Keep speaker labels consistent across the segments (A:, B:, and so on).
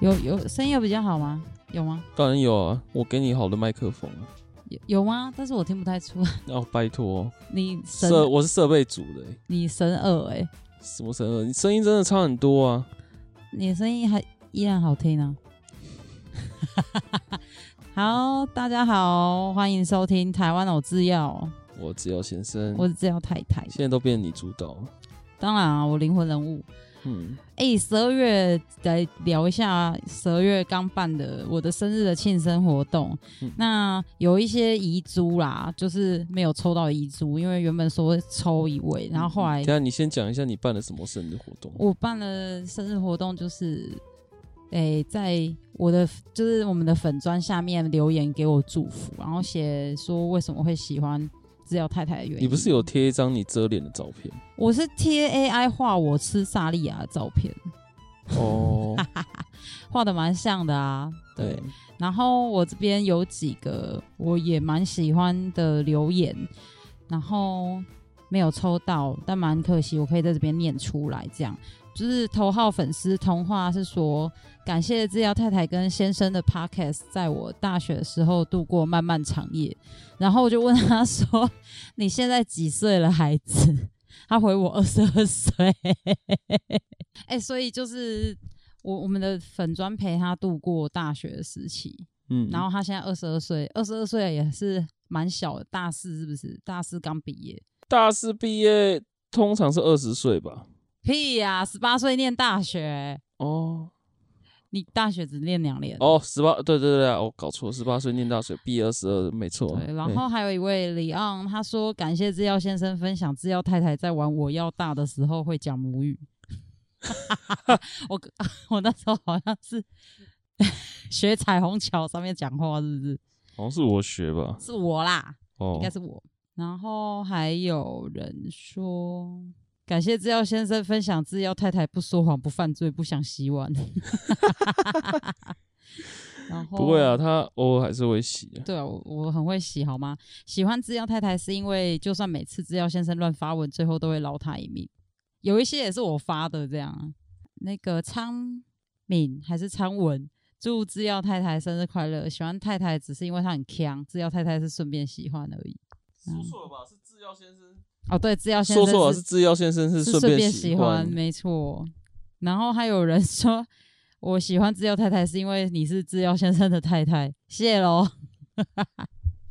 A: 有有声音有比较好吗？有吗？
B: 当然有啊，我给你好的麦克风啊。
A: 有有吗？但是我听不太出来。
B: 哦，拜托，
A: 你神，
B: 设我是设备组的、欸，
A: 你神耳哎、
B: 什么声音？你声音真的差很多啊。
A: 你的声音还依然好听啊！ 好，大家好，欢迎收听台湾偶制药，
B: 我只要先生，
A: 我是制药太太。
B: 现在都变你主导了。
A: 当然啊，我灵魂人物。
B: 嗯，
A: 哎，十二月来聊一下十二月刚办的我的生日的庆生活动。
B: 嗯
A: 那有一些遗珠啦，就是没有抽到遗珠，因为原本说抽一位，然后后来
B: 等一下你先讲一下你办了什么生日活动。
A: 我办了生日活动，就是，诶、在我的就是我们的粉砖下面留言给我祝福，然后写说为什么会喜欢治疗太太的原因。
B: 你不是有贴一张你遮脸的照片？
A: 我是贴 AI 画我吃萨莉亚的照片，
B: 哦，
A: 画的蛮像的啊。 对，
B: 嗯，
A: 然后我这边有几个我也蛮喜欢的留言，然后没有抽到，但蛮可惜，我可以在这边念出来。这样就是头号粉丝童话是说，感谢治疗太太跟先生的 podcast，在我大学的时候度过漫漫长夜。然后我就问他说：“你现在几岁了，孩子？”他回我二 十二岁。哎、所以就是我我们的粉砖陪他度过大学的时期。
B: 嗯，
A: 然后他现在二十二岁，二十二岁也是蛮小的，大四是不是？大四刚毕业，
B: 大四毕业通常是二十岁吧？
A: 屁呀、1十八岁念大学，
B: 哦
A: 你大学只念两年。
B: 哦，十八，对对对啊，我、搞错，十八岁念大学，毕业二十二，没错。嗯
A: 对，然后还有一位李昂，他说感谢制药先生分享制药太太在玩我要大的时候会讲母语。 我 我那时候好像是 学彩虹桥上面讲话，是不是？
B: 好像是我学吧？
A: 是我啦，
B: 哦
A: 应该，是我。然后还有人说，感谢制药先生分享制药太太不说谎、不犯罪、不想洗碗。 然后
B: 不会啊，，他偶尔还是会洗啊。
A: 对啊，我我很会洗好吗？喜欢制药太太是因为，就算每次制药先生乱发文，最后都会捞他一命。有一些也是我发的，这样啊。那个昌敏还是昌文，祝制药太太生日快乐！喜欢太太只是因为她很强，制药太太是顺便喜欢而已。
B: 说错了吧？是制药先生。
A: 哦，对，制药先生
B: 说错了，
A: 是
B: 是制药先生是
A: 是
B: 顺
A: 顺便
B: 喜
A: 欢，没错。然后还有人 说，我喜欢制药太太是因为你是制药先生的太太，谢喽。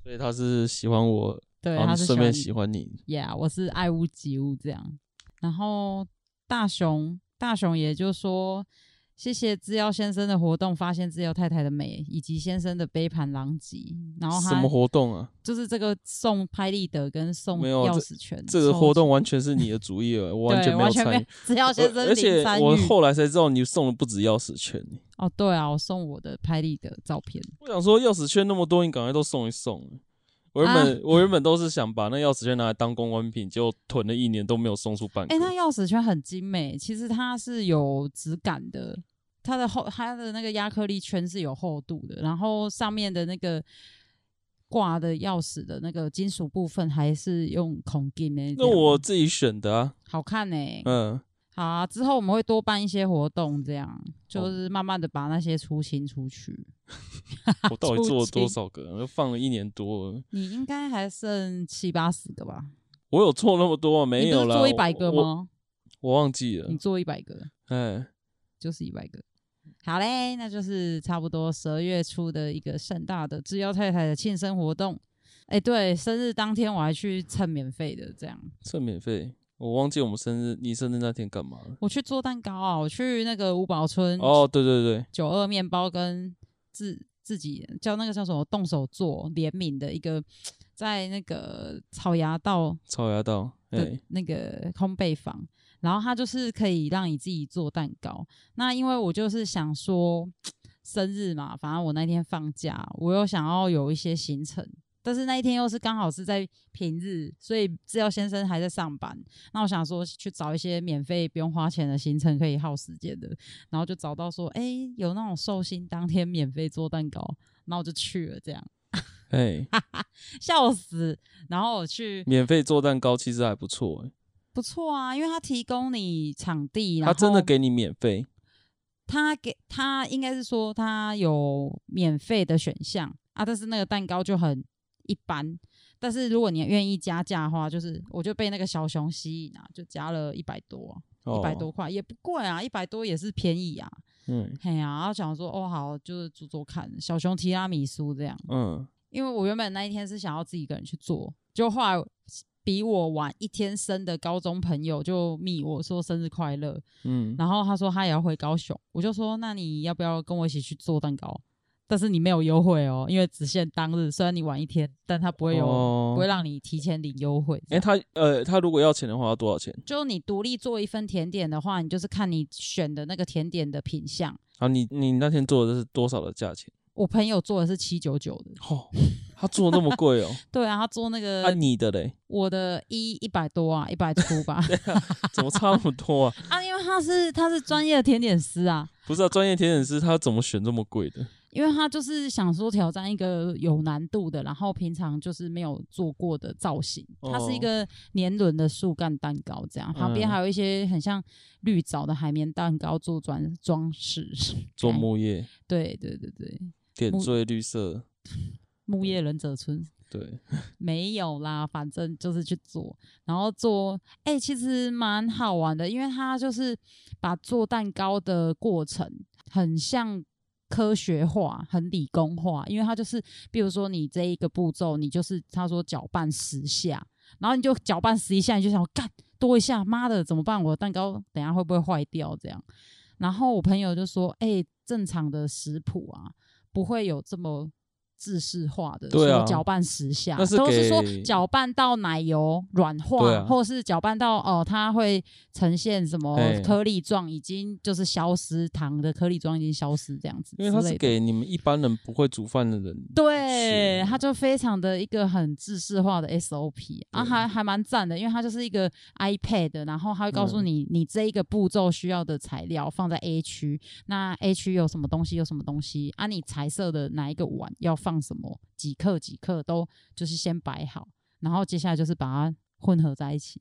B: 所以他是喜欢我，
A: 对，
B: 然
A: 他
B: 后
A: 是
B: 哦顺便
A: 喜
B: 喜欢你。
A: 呀我是爱屋及乌这样。然后大雄，大雄也就说，谢谢制药先生的活动，发现制药太太的美，以及先生的杯盘狼藉。然后
B: 什
A: 他
B: 么活动啊？
A: 就是这个送拍立得跟送
B: 没有
A: 钥
B: 这
A: 匙圈，
B: 这个活动完全是你的主 意了，我完
A: 对
B: 全没有
A: 完全没
B: 参
A: 有
B: 与。，
A: 制药先生
B: 而而且
A: 零参
B: 我
A: 与
B: 后来才知道，你送的不止钥匙圈。
A: 哦，对啊，我送我的拍立得照片。
B: 我想说，钥匙圈那么多，你赶快都送一送。我原
A: 啊
B: 本、我原本都是想把那钥匙圈拿来当公关品，结果囤了一年都没有送出半个。
A: 哎、那钥匙圈很精美，其实它是有质感的，它的厚，它的那个亚克力圈是有厚度的，然后上面的那个挂的钥匙的那个金属部分还是用孔金的。
B: 那我自己选的啊，
A: 好看呢、
B: 嗯，
A: 好啊，之后我们会多办一些活动，这样
B: 哦
A: 就是慢慢的把那些出清出去。
B: 我到底做了
A: 出清
B: 多少个啊？都放了一年多了。
A: 你应该还剩七八十个吧？
B: 我有做那么多吗？没
A: 你不
B: 有
A: 是
B: 啦，
A: 做一百个
B: 我？
A: 吗？
B: 我我忘记了
A: 你。做一百个。
B: 哎，
A: 就是一百个。好嘞，那就是差不多十二月初的一个盛大的制药太太的庆生活动。哎，对，生日当天我还去蹭免费的，这样
B: 这免费，我忘记我们生日，你生日那天干嘛了？
A: 我去做蛋糕啊，我去那个五宝村
B: 哦，对对对，
A: 九二面包跟自自己叫那个叫什么动手做联名的一个，在那个草芽道
B: 草芽道，哎、
A: 的那个烘焙坊，然后它就是可以让你自己做蛋糕。那因为我就是想说，生日嘛，反正我那天放假，我又想要有一些行程，但是那一天又是刚好是在平日，所以制药先生还在上班。那我想说去找一些免费不用花钱的行程，可以耗时间的，然后就找到说，哎、有那种寿星当天免费做蛋糕，然后我就去了，这样
B: 哎、
A: 笑死。然后我去
B: 免费做蛋糕其实还不错、哎
A: 不错啊，因为他提供你场地，然
B: 他
A: 后
B: 真的给你免费，
A: 他给他应该是说他有免费的选项啊，但是那个蛋糕就很一般。但是如果你愿意加价的话，就是我就被那个小熊吸引啊，就加了一百多、啊，
B: 哦
A: 一百多，块也不贵啊，一百多也是便宜啊。
B: 嗯
A: 嘿呀、然后想说哦好，就是做做看小熊提拉米苏这样。
B: 嗯，
A: 因为我原本那一天是想要自己一个人去做，就后来比我晚一天生的高中朋友就密我说生日快乐，
B: 嗯，
A: 然后他说他也要回高雄，我就说那你要不要跟我一起去做蛋糕？但是你没有优惠哦，因为只限当日，虽然你晚一天，但他不会有、
B: 哦
A: 不会让你提前领优惠。
B: 哎、他呃，他如果要钱的话，要多少钱？
A: 就你独立做一份甜点的话，你就是看你选的那个甜点的品相。
B: 啊，你你那天做的是多少的价钱？
A: 我朋友做的是七九九的，
B: 哦，他做的那么 贵哦，
A: 对啊，他做那个、
B: 啊，你的嘞，
A: 我的一一百多啊，一百出吧。
B: 怎么差那么多啊？
A: 啊，因为他是他是专业的甜点师啊，
B: 不是啊，专业甜点师他怎么选这么贵的？
A: 因为他就是想说挑战一个有难度的，然后平常就是没有做过的造型。
B: 哦
A: 它是一个年轮的树干蛋糕，这样旁边
B: 嗯
A: 还有一些很像绿藻的海绵蛋糕做装装饰。
B: 做木叶，
A: 对对对对，
B: 点
A: 哦木
B: 缀绿色，
A: 木叶忍者村
B: 对，
A: 没有啦，反正就是去做，然后做，哎、其实蛮好玩的，因为它就是把做蛋糕的过程很像科学化、很理工化，因为它就是，比如说你这一个步骤，你就是他说搅拌十下，然后你就搅拌十一下，你就想干多一下，妈的怎么办？我的蛋糕等一下会不会坏掉？这样，然后我朋友就说，哎、正常的食谱啊，不会有这么。制式化的，
B: 对啊
A: 说搅拌十下，
B: 那是
A: 都是
B: 给
A: 说搅拌到奶油软化，
B: 对啊
A: 或者是搅拌到哦、它会呈现什么
B: 哎
A: 颗粒状，已经就是消失，糖的颗粒状已经消失这样子之类
B: 因为
A: 的，
B: 他是给你们一般人不会煮饭的人，
A: 对，
B: 是
A: 它就非常的一个很制式化的 SOP 啊，
B: 对
A: 还还蛮赞的，因为它就是一个 iPad，然后它会告诉
B: 嗯
A: 你、你这一个步骤需要的材料放在 A 区，那 A 区有什么东西，有什么东西啊，你彩色的哪一个碗要放什么，几克几克都就是先摆好，然后接下来就是把它混合在一起，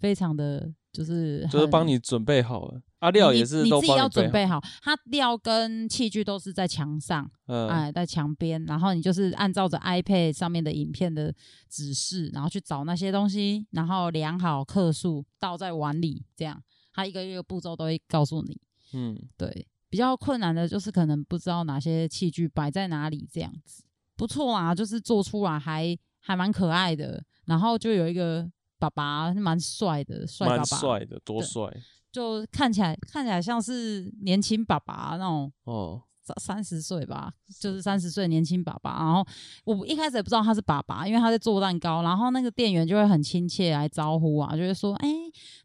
A: 非常的就是
B: 就是
A: 很
B: 帮你准备好了。啊，料
A: 你
B: 也是
A: 你
B: 都
A: 自己
B: 帮
A: 要
B: 备
A: 准
B: 好，
A: 备好，它料跟器具都是在墙上。
B: 嗯，
A: 哎，在墙边，然后你就是按照着 iPad 上面的影片的指示，然后去找那些东西，然后量好克数，倒在碗里，这样，它一个一个步骤都会告诉你。
B: 嗯，
A: 对，比较困难的就是可能不知道哪些器具摆在哪里，这样子不错啊，就是做出来还还蛮可爱的，然后就有一个爸爸蛮帅的，帅爸
B: 蛮
A: 爸，
B: 帅的，多
A: 对
B: 帅
A: 就看起来看起来像是年轻爸爸那种。
B: 哦，
A: 三三十岁吧，就是三十岁的年轻爸爸。然后我一开始也不知道他是爸爸，因为他在做蛋糕，然后那个店员就会很亲切来招呼啊，就会说：“哎、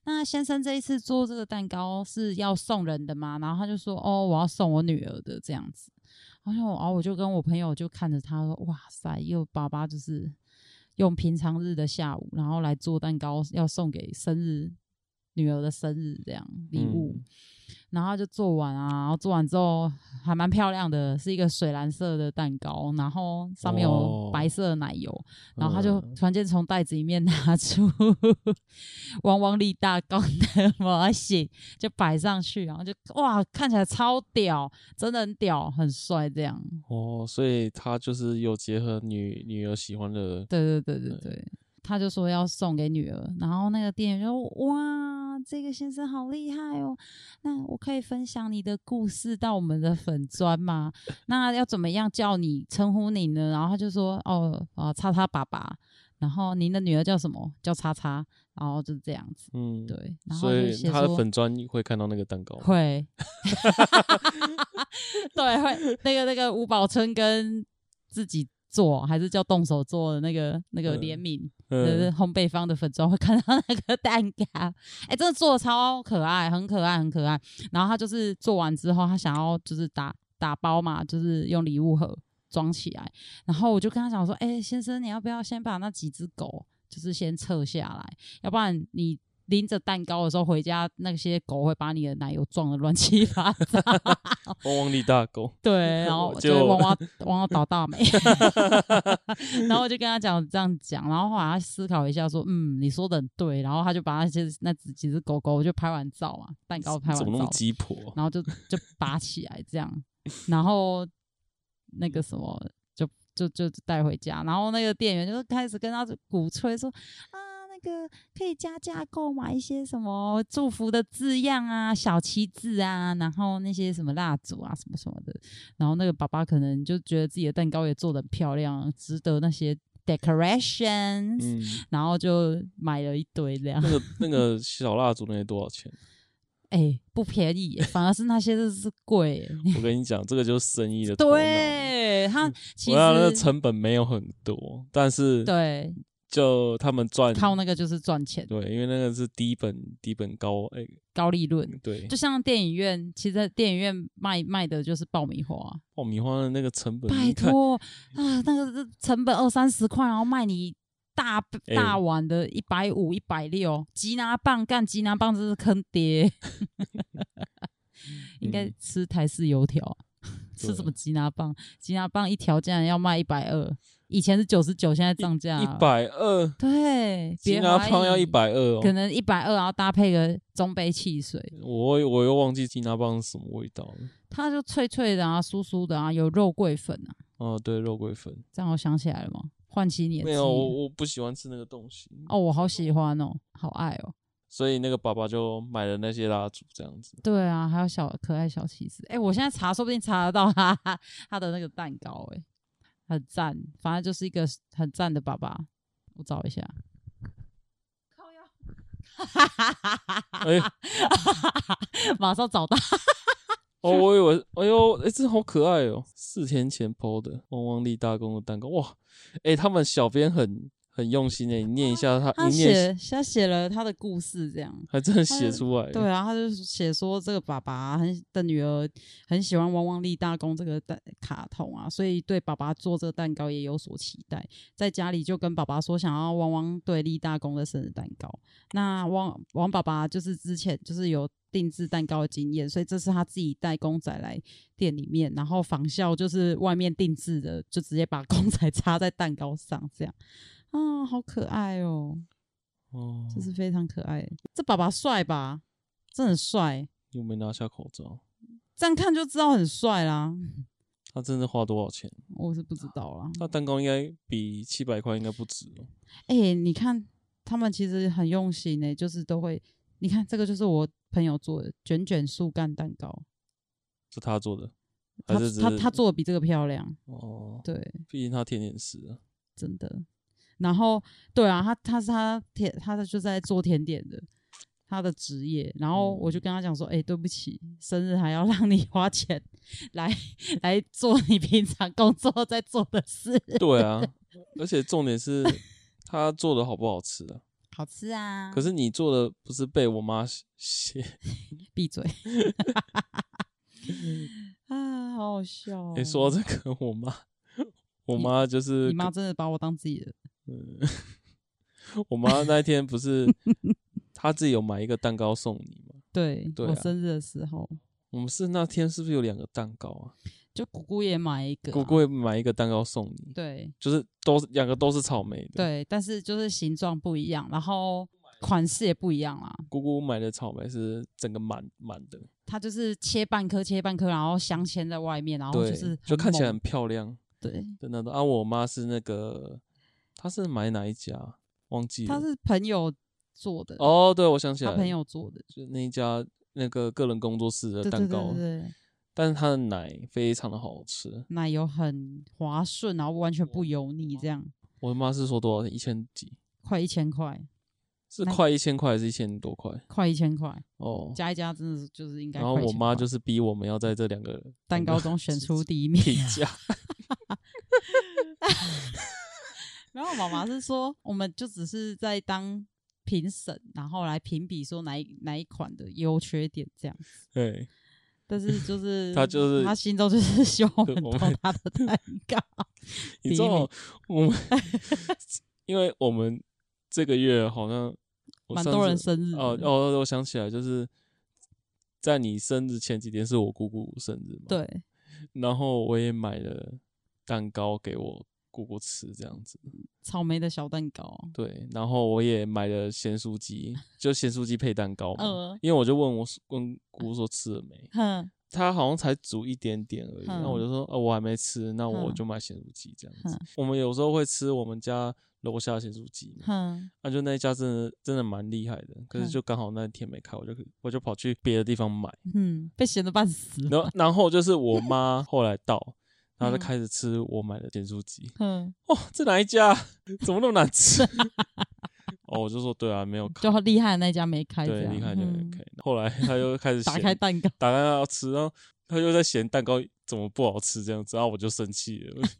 A: 那先生这一次做这个蛋糕是要送人的吗？”然后他就说：“哦，我要送我女儿的这样子。”然后我然后我就跟我朋友就看着他说：“哇塞，又爸爸就是用平常日的下午，然后来做蛋糕，要送给生日女儿的生日这样礼物。
B: 嗯
A: 然后就做完啊，然后做完之后还蛮漂亮的，是一个水蓝色的蛋糕，然后上面有
B: 哦
A: 白色的奶油，然后他就
B: 嗯
A: 突然间从袋子里面 拿出汪汪力大缸的模型，就摆上去，然后就哇，看起来超屌，真的很屌，很帅这样。
B: 哦，所以他就是有结合女女儿喜欢的，
A: 对对对对对，他就说要送给女儿，然后那个店员就说哇，这个先生好厉害哦，那我可以分享你的故事到我们的粉砖吗？ 那要怎么样叫你称呼你呢？然后他就说哦啊，叉叉爸爸，然后您的女儿叫什么？叫叉叉，然后就这样子，
B: 嗯，
A: 对，然后
B: 所
A: 就
B: 以
A: 写
B: 他的
A: 说。
B: 粉砖会看到那个蛋糕吗，
A: 会， 对，会那个那个吴宝春跟自己做还是叫动手做的那个那个
B: 嗯
A: 联名，就是
B: 嗯，
A: 烘焙方的粉妆会看到那个蛋糕，哎、真的做的超可爱，很可爱，很可爱。然后他就是做完之后，他想要就是打打包嘛，就是用礼物盒装起来。然后我就跟他讲说，哎、先生，你要不要先把那几只狗就是先撤下来，要不然你拎着蛋糕的时候回家，那些狗会把你的奶油撞得乱七八糟。
B: 汪汪力大狗，
A: 对，然后
B: 我
A: 就
B: 就
A: 汪汪汪汪倒大霉， 然后我就跟他讲这样讲，然后后来他思考一下说，嗯，你说的很对，然后他就把那些那几几只狗狗就拍完照嘛，蛋糕拍完
B: 怎么那么
A: 照，
B: 鸡婆？
A: 然后就就拔起来这样，然后那个什么就就就就带回家，然后那个店员就开始跟他鼓吹说啊。那个可以加价购买一些什么祝福的字样啊、小旗帜啊，然后那些什么蜡烛啊、什么什么的。然后那个爸爸可能就觉得自己的蛋糕也做的漂亮，值得那些 decorations，、
B: 嗯，
A: 然后就买了一堆这样。
B: 那个那个小蜡烛那些多少钱？
A: 哎、不便宜耶，反而是那些真的是贵耶。
B: 我跟你讲，这个就是 生意的头脑。
A: 对他其
B: 嗯我想那个嗯
A: 实
B: 成本没有很多，但是
A: 对
B: 就他们赚
A: 靠那个就是赚钱，
B: 对，因为那个是低本低本高哎、
A: 高利润。
B: 对，
A: 就像电影院，其实电影院卖卖的就是爆米花，
B: 爆米花的那个成本，
A: 拜
B: 你看
A: 托啊，那个是成本二三十块，然后卖你大
B: 哎
A: 大碗的一百五、一百六，吉拿棒干吉拿棒，这是坑 爹。应该
B: 嗯
A: 吃台式油条，吃
B: 对
A: 什么吉拿棒？吉拿棒一条竟然要卖一百二，以前是九十九，现在涨价了
B: 一百二，
A: 对，
B: 吉
A: 别
B: 拿
A: 怀
B: 棒要
A: 疑
B: 一，百二
A: 可
B: 哦。
A: 能一百二，然后搭配个中杯汽水，
B: 我我又忘记吉拿棒是什么味道了。
A: 它就脆脆的啊，酥酥的啊，有肉桂粉啊，
B: 哦，对，肉桂粉。
A: 这样我想起来了吗？唤起你的
B: 没
A: 记忆
B: 有，我
A: 了。
B: 我不喜欢吃那个东西，
A: 哦，我好喜欢哦，好爱哦。
B: 所以那个爸爸就买了那些蜡烛这样子。
A: 对啊，还有小可爱小骑士。哎、我现在查，说不定查得到他他的那个蛋糕、哎，很赞。反正就是一个很赞的爸爸。我找一下。靠 腰
B: 哎呦
A: 马上找到。
B: 哦，我以为，哎呦，哎、这好可爱哦！四天前 PO 的汪汪力大公的蛋糕，哇，哎、他们小编很很用心哎、你念一下他，
A: 他
B: 你念
A: 写他写了他的故事，这样。
B: 还真的写出来、
A: 对啊，他就写说这个爸爸很的女儿很喜欢汪汪力大公这个蛋卡通啊，所以对爸爸做这个蛋糕也有所期待。在家里就跟爸爸说想要汪汪对力大公的生日蛋糕。那汪汪爸爸就是之前就是有定制蛋糕的经验，所以这是他自己带公仔来店里面，然后仿效就是外面定制的，就直接把公仔插在蛋糕上这样。啊，好可爱哦！
B: 哦，
A: 这是非常可爱的。这爸爸帅吧？这很帅，
B: 又没拿下口罩，
A: 这样看就知道很帅啦。
B: 他真的花多少钱？
A: 我是不知道啦。
B: 他蛋糕应该比七百块应该不止哦。
A: 哎、你看他们其实很用心呢、欸就是都会。你看这个就是我朋友做的卷卷树干蛋糕，
B: 是他做的，还
A: 他
B: 是只
A: 他
B: 是
A: 他做的比这个漂亮，
B: 哦，
A: 对，
B: 毕竟他甜点师啊，
A: 真的。然后对啊，他他是他甜，他的就在做甜点的。他的职业，然后我就跟他讲说：“哎、对不起，生日还要让你花钱来来做你平常工作在做的事。”
B: 对啊，而且重 点是他做的好不好吃啊？
A: 好吃啊！
B: 可是你做的不是被我妈写
A: 闭 嘴啊，好好笑、哦。
B: 你、说到这个，我妈， 我
A: 你
B: 妈就是
A: 你妈真的把我当自己人，
B: 跟，我妈那一天 不是她自己有买一个蛋糕送你吗？
A: 对
B: 对
A: 我
B: 啊
A: 生日的时候，
B: 我们是那天是不是有两个蛋糕啊？
A: 就姑姑也买一个啊、
B: 姑姑会啊买一个蛋糕送你，
A: 对
B: 就是都是两个都是草莓的。，
A: 对，但是就是形状不一样，然后款式也不一样啦。
B: 姑姑买的草莓是整个满满的，
A: 它就是切半颗，切半颗，然后镶嵌在外面，然后
B: 对，
A: 是
B: 就看起来
A: 猛
B: 很漂亮
A: 对。
B: 的那种。啊，我妈是那个，她是买哪一家？忘记
A: 他
B: 了。
A: 是朋友做的，
B: 哦，对，我想起来
A: 他
B: 了，
A: 朋友做的，
B: 就那一家那个个人工作室的
A: 对
B: 蛋
A: 对对
B: 糕
A: 对，对，
B: 但是它的奶非常的好吃。
A: 奶油很滑顺，然后完全不油腻，这样
B: 我妈是说多少钱？一千几？
A: 快一千块，
B: 是
A: 那
B: 快一千块还是一千多块？
A: 快一千块。
B: 哦，
A: 加一加真的是就是应该
B: 然
A: 快1000
B: 后
A: 块。
B: 我妈就是逼我们要在这两个
A: 蛋糕中选出第一名， 啊
B: 评价，
A: 然后妈妈是说，我们就只是在当评审，然后来评比说哪一哪一款的优缺点这样。
B: 对，
A: 但是就是
B: 她就是
A: 她心中就是希望我们
B: 对我
A: 懂
B: 们
A: 她 的蛋糕。
B: 你知
A: 第一名
B: 道我们，因为我们这个月好像我
A: 蛮
B: 上
A: 多
B: 次
A: 人生日
B: 哦
A: 的
B: 哦，我想起来，就是在你生日前几天是我姑姑生日嘛，，
A: 对，
B: 然后我也买了蛋糕给我姑姑吃，这样子，
A: 草莓的小蛋糕，
B: 对，然后我也买了咸酥鸡，就咸酥鸡配蛋糕嘛，
A: 嗯
B: 因为我就问我问姑姑说吃了没，
A: 哼
B: 她好像才煮一点点而已，那、我就说哦我还没吃，那我
A: 嗯
B: 就买咸酥鸡这样子，
A: 嗯
B: 我们有时候会吃我们家楼下的咸酥鸡嘛，
A: 哼，
B: 那、就那一家真的真的蛮厉害的，可是
A: 嗯
B: 就刚好那天没开，我就我就跑去别的地 方买，
A: 嗯，被闲得半死，
B: 然后然后就是我妈后来到，然后
A: 嗯
B: 就开始吃我买的咸酥鸡，
A: 哼，
B: 哦，这哪一家？ 怎么那么 难吃？哦，我就说对啊，没有开
A: 就，厉害的那家没开，
B: 对，
A: 这
B: 厉
A: 样
B: 害就没有
A: 嗯
B: 开。后来他又开始
A: 打
B: 嫌
A: 开蛋糕，
B: 打开要吃，然后他又在嫌蛋糕怎么不好吃这样子，然后我就生气了。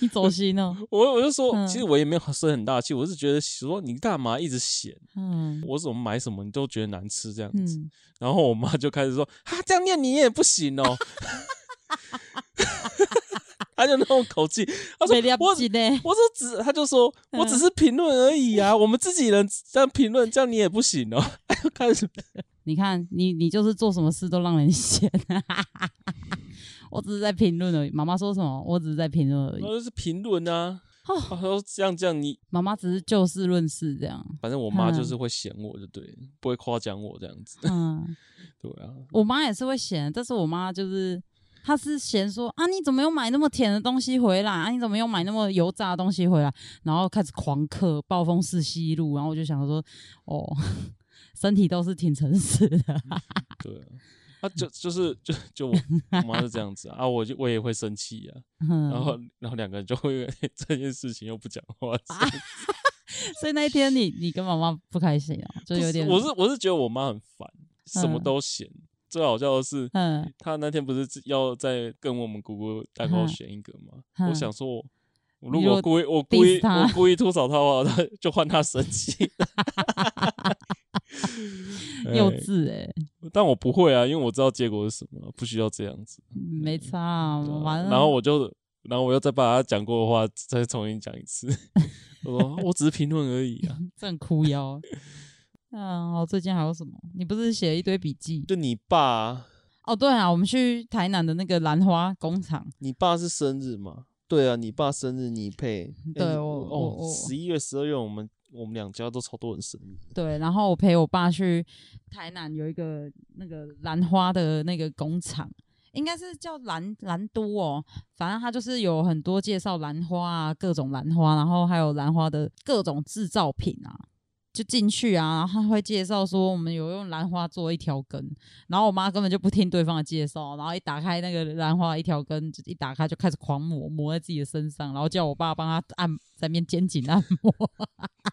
A: 你走心哦，
B: 我我就说，
A: 嗯
B: 其实我也没有生很大气，我是觉得说你干嘛一直嫌
A: 嗯
B: 我怎么买什么你都觉得难吃这样子。
A: 嗯，
B: 然后我妈就开始说：“哈，这样念你也不行哦。” 她就那种口气，她说
A: 没了：“
B: 我
A: 不起嘞，
B: 我说只，她就说
A: 嗯
B: 我只是评论而已啊，我们自己人这样评论，这样你也不行哦。” 就开始
A: 你看你你就是做什么事都让人嫌，啊我只是在评论而已。妈妈说什么，我只是在评论而
B: 然
A: 已。
B: 后就是评论啊，
A: 哦
B: 她说这样这样你，
A: 妈妈只是就事论事这样。
B: 反正我妈就是会嫌我就对了，不会夸奖我这样子，
A: 嗯，
B: 对啊，
A: 我妈也是会嫌，但是我妈就是。她是嫌说啊，你怎么又买那么甜的东西回来？啊，你怎么又买那么油炸的东西回来？然后开始狂嗑暴风式吸入，然后我就想说，哦， 身体都是挺诚实的，
B: 对啊。啊，就
A: 嗯
B: 就是就就我我妈是这样子啊，啊我就我也会生气啊，
A: 嗯啊
B: 然后然后两个人就会因为 这件事情又不讲话，
A: 所以那一天你你跟妈妈不开心啊、就
B: 不
A: 有
B: 是
A: 点
B: 我是我是觉得我妈很烦，什么
A: 嗯
B: 都嫌。最好笑的是，
A: 嗯
B: 她那天不是自要再跟我们姑姑蛋糕
A: 嗯
B: 选一个吗？
A: 嗯
B: 我想说我，我如
A: 你
B: 果
A: 若
B: 故意我故
A: diss
B: 意
A: 她
B: 我故意吐槽她的话，她就换她生 气。
A: 幼
B: 哎
A: 稚哎、
B: 但我不会啊，因为我知道结果是什么，不需要这样子。
A: 没差、啊，
B: 对啊
A: 完了。
B: 然后我就，然后我又再把她讲过的话再重新讲一 次。我说我只是评论而已啊，
A: 这很哭腰。嗯，我最近还有什么？你不是写了一堆笔记？
B: 就你爸啊，
A: 哦，对啊，我们去台南的那个兰花工厂，
B: 你爸是生日嘛？对啊，你爸生日你配。哎
A: 嗯对
B: 你
A: 我我
B: 哦
A: 我，
B: 十一月、十二月，我们我们两家都超多人生 日。
A: 对，然后我陪我爸去台南有一个那个兰花的那个工厂，应该是叫兰兰都哦，反正它就是有很多介绍兰花啊，各种兰花，然后还有兰花的各种制造品啊。就进去啊，然后他会介绍说我们有用兰花做一条根，然后我妈根本就不听对方的介绍，然后一打开那个兰花一条根，就一打开就开始狂抹，抹在自己的身上，然后叫我爸帮他按在面肩颈按摩，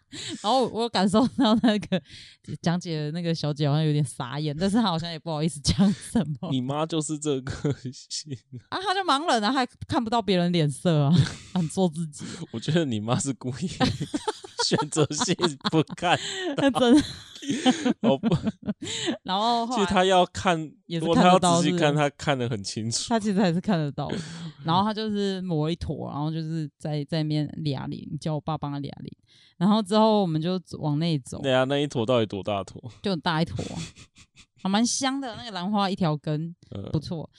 A: 然后我有感受到那个 讲解的那个小姐好像有点傻眼，但是她好像也不好意思讲什么，
B: 你妈就是这个性，
A: 啊，他就盲人啊，还看不到别人脸色 啊，很做自己，
B: 我觉得你妈是故意 选择性不看，
A: 真的。
B: 哦不，
A: 然后后
B: 其
A: 来
B: 实她要看，
A: 也是
B: 如果
A: 看
B: 她
A: 得
B: 要
A: 到
B: 仔细
A: 是
B: 看，她看得很清 楚。
A: 他其实还是看得到 的，然后他就是抹一坨，然后就是在在面俩铃，叫我爸帮他俩铃，然后之后我们就往内走，
B: 对啊，那一坨到底多大坨？
A: 就很大一坨，啊还蛮香的，那个兰花一条根
B: 呃
A: 不，错。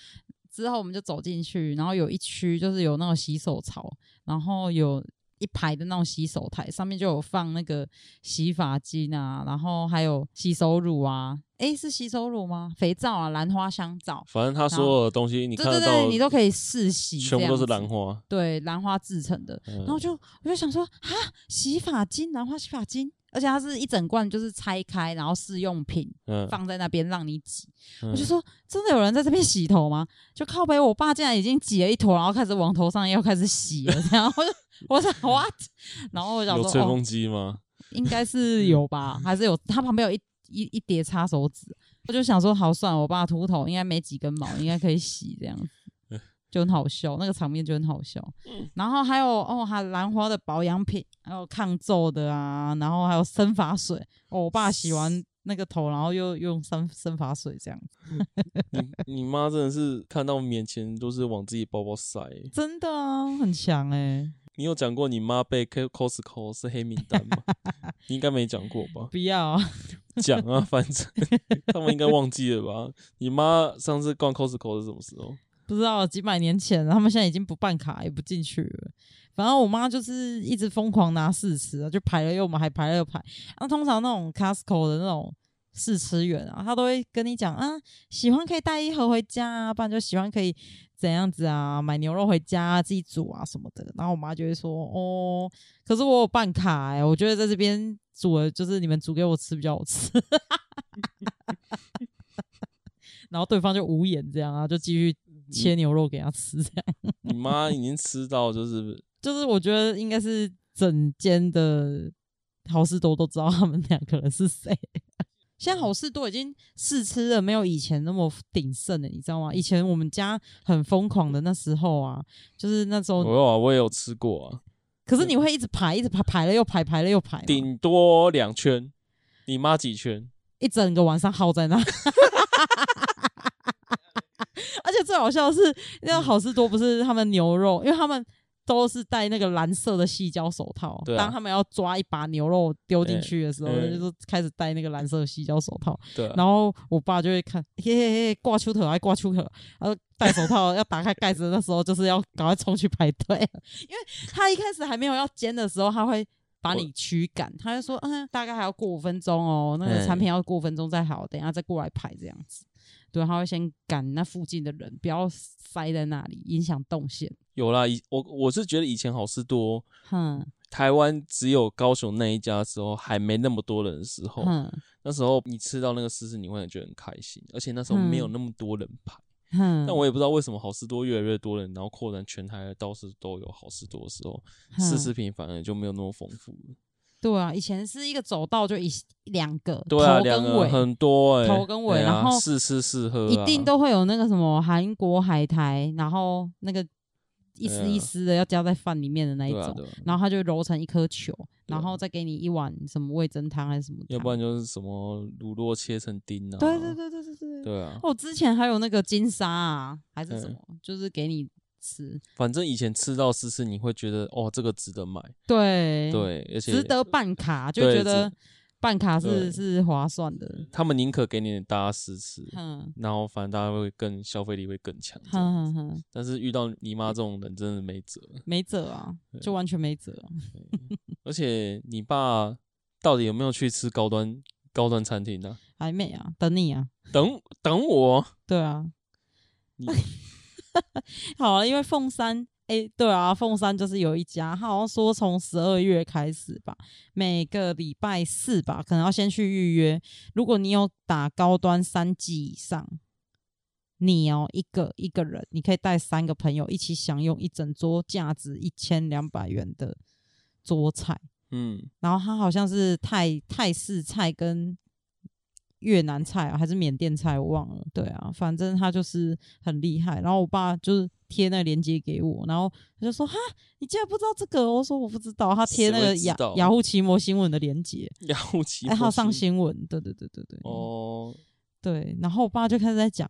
A: 之后我们就走进去，然后有一区就是有那种洗手槽，然后有一排的那种洗手台，上面就有放那个洗发精啊，然后还有洗手乳啊，诶，是洗手乳吗？肥皂啊，兰花香皂，
B: 反正她
A: 后
B: 所有的东西你
A: 对
B: 看得
A: 对
B: 到
A: 对，你，都可以试洗，
B: 全部都是兰
A: 花，
B: 花。
A: 对，兰花制成的。
B: 嗯
A: 然后就我就想说，哈，洗发精，兰花洗发精，而且它是一整罐，就是拆开然后试用品
B: 嗯，
A: 放在那边让你挤。
B: 嗯
A: 我就说，真的有人在这边洗头吗？就靠背，我爸竟然已经挤了一坨，然后开始往头上要开始洗了，这样，我就我想 what？然后我想
B: 有吹
A: 说，哦，
B: 风机吗？
A: 应该是有吧，还是有，他旁边有一一一叠擦手纸，我就想说，好，算了，我爸秃头，应该没几根毛，应该可以洗这样子。就很好笑，那个场面就很好笑。然后还有哦，还有兰花的保养品，还有抗皱的啊，然后还有生发水。哦，我爸洗完那个头，然后又又用生生发水这样。
B: 你你妈真的是看到免钱都是往自己包包塞。
A: 真的啊，很强哎、
B: 你有讲过你妈被 K- Costco 是黑名单吗？ 你应该没讲过吧？
A: 不要啊，
B: 讲啊，反 正他们应该忘记了吧？你妈上次逛 Costco 是什么时候？
A: 不知道几百年前了，他们现在已经不办卡，也不进去了。反正我妈就是一直疯狂拿试吃啊，就排了又买，排了又排。那、通常那种 Costco 的那种试吃员啊，他都会跟你讲啊，喜欢可以带一盒回家啊，不然就喜欢可以怎样子啊，买牛肉回家、自己煮啊什么的。然后我妈就会说哦，可是我有办卡哎、我觉得在这边煮的就是你们煮给我吃比较好吃。 然后对方就无言这样啊，就继续切牛肉给他吃，这样
B: 你妈已经吃 到就是
A: 就是我觉得应该是整间的好事多都知道他们两个人是谁。啊现在好事多已经试吃了，没有以前那么鼎盛了，你知道吗？以前我们家很疯狂的那时候啊，就是那时
B: 我
A: 候，
B: 有啊，我也有吃过啊，
A: 可是你会一直排，一直排，排了又排，排了又排嘛，
B: 顶多两圈。你妈几圈？
A: 一整个晚上耗在那。 而且最好笑的是，那个好事多不是他们牛肉，因为他们都是戴那个蓝色的细胶手套。
B: 对啊
A: 当他们要抓一把牛肉丢进去的时候，
B: 嗯嗯
A: 就是开始戴那个蓝色的细胶手套。
B: 对啊、
A: 然后我爸就会看，嘿嘿嘿，挂秋头还挂秋头，然后戴手套要打开盖子的那时候，就是要赶快冲去排队，因为他一开始还没有要煎的时候，他会。把你驱赶，他就说：“嗯，大概还要过五分钟哦，那个
B: 嗯
A: 产品要过五分钟再好，等一下再过来排这样子。”对，他会先赶那附近的人，不要塞在那里，影响动线。
B: 有啦，以我我是觉得以前好事多，哦
A: 哼
B: 台湾只有高雄那一家的时候，还没那么多人的时候，
A: 哼
B: 那时候你吃到那个司司，你会觉得很开心，而且那时候没有
A: 嗯
B: 那么多人排。
A: 哼，
B: 但我也不知道为什么好事多越来越多人，然后扩展全台到处都有好事多的时候，
A: 哼
B: 四十平反而就没有那么丰富了。
A: 对啊，以前是一个走道就一两个，
B: 对啊，
A: 头
B: 两
A: 跟
B: 个
A: 尾
B: 很多哎、
A: 头跟尾
B: 对啊
A: 然后
B: 试吃试喝、啊，
A: 一定都会有那个什么韩国海苔，然后那个一丝一丝的要加在饭里面的那一
B: 啊对
A: 种，
B: 啊对啊，
A: 然后它就揉成一颗球，
B: 对啊
A: 然后再给你一碗什么味噌汤还是什么汤，
B: 要不然就是什么乳酪切成丁啊，
A: 对对对对对对对。
B: 对嗯啊，
A: 哦，之前还有那个金沙啊，还是什么，就是给你吃，
B: 反正以前吃到试吃，你会觉得哦这个值得买，
A: 对，
B: 对，而且
A: 值得办卡，就
B: 对
A: 觉得办卡
B: 对
A: 是是划算的，
B: 他们宁可给你大家试吃，
A: 哼
B: 然后反正大家会更消费力会更强这样。
A: 哼哼哼，
B: 但是遇到你妈这种人真的没辙，
A: 没辙啊，就完全没辙啊、
B: 而且你爸到底有没有去吃高端高端餐厅 呢、
A: 还没啊，等你啊，
B: 等等我，
A: 对啊，
B: 你
A: 好啊，因为凤山，诶，对啊，凤山就是有一家，他好像说从十二月开始吧，每个礼拜四吧，可能要先去预约。如果你有打高端三剂以上，你哦一个一个人，你可以带三个朋友一起享用一整桌价值一千两百元的桌菜。
B: 嗯，
A: 然后它好像是泰泰式菜跟越南菜啊，还是缅甸菜，我忘了。对啊，反正它就是很厉害。然后我爸就是贴那个链接给我，然后他就说：“哈，你竟然不知道这个哦？”我说：“我不知道。”他贴那
B: 谁
A: 个
B: 会知
A: 雅
B: 道啊
A: 雅虎奇摩新闻的链接，
B: 雅虎奇
A: 哎，
B: 摩
A: 还有上
B: 是
A: 新闻。对对对对对，
B: 哦，
A: 对。然后我爸就开始在讲：“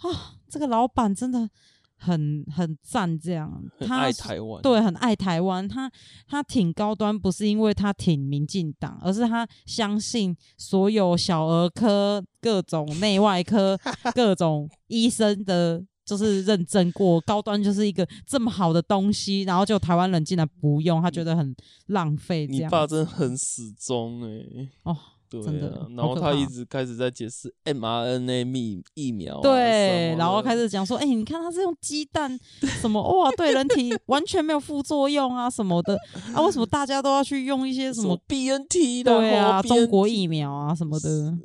A: 啊，这个老板真的很很赞，这样
B: 很
A: 他
B: 爱
A: 是
B: 台湾，
A: 对，很爱台湾。他他挺高端，不是因为他挺民进党，而是他相信所有小儿科、各种内外科、各 种医生的，就是认证过高端就是一个这么好的东西，然后就台湾人竟然不用，他觉得很浪费这
B: 嗯你
A: 样
B: 爸真的很死忠哎、
A: 哦。
B: 对
A: 真的
B: 啊，然
A: 好
B: 后
A: 可
B: 他
A: 怕
B: 一直开始在解释 mRNA 疫疫苗啊、什
A: 对
B: 么，
A: 然后
B: 的
A: 开始讲说，哎、你看他是用鸡蛋什么哇，对人体完全没有副作用啊什么的啊，为什么大家都要去用一些什
B: 什
A: 么
B: 么 BNT 的，
A: 对啊，
B: 然后 BNT
A: 中国疫苗啊什么的，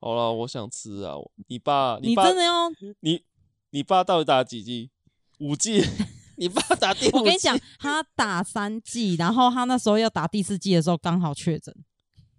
B: 好了，我想吃啊！我你爸，
A: 你
B: 爸，
A: 真的 要？
B: 你你爸到底打几剂？五剂？你爸打第五剂？
A: 我跟你讲，他打三剂，然后他那时候要打第四剂的时候刚好确诊，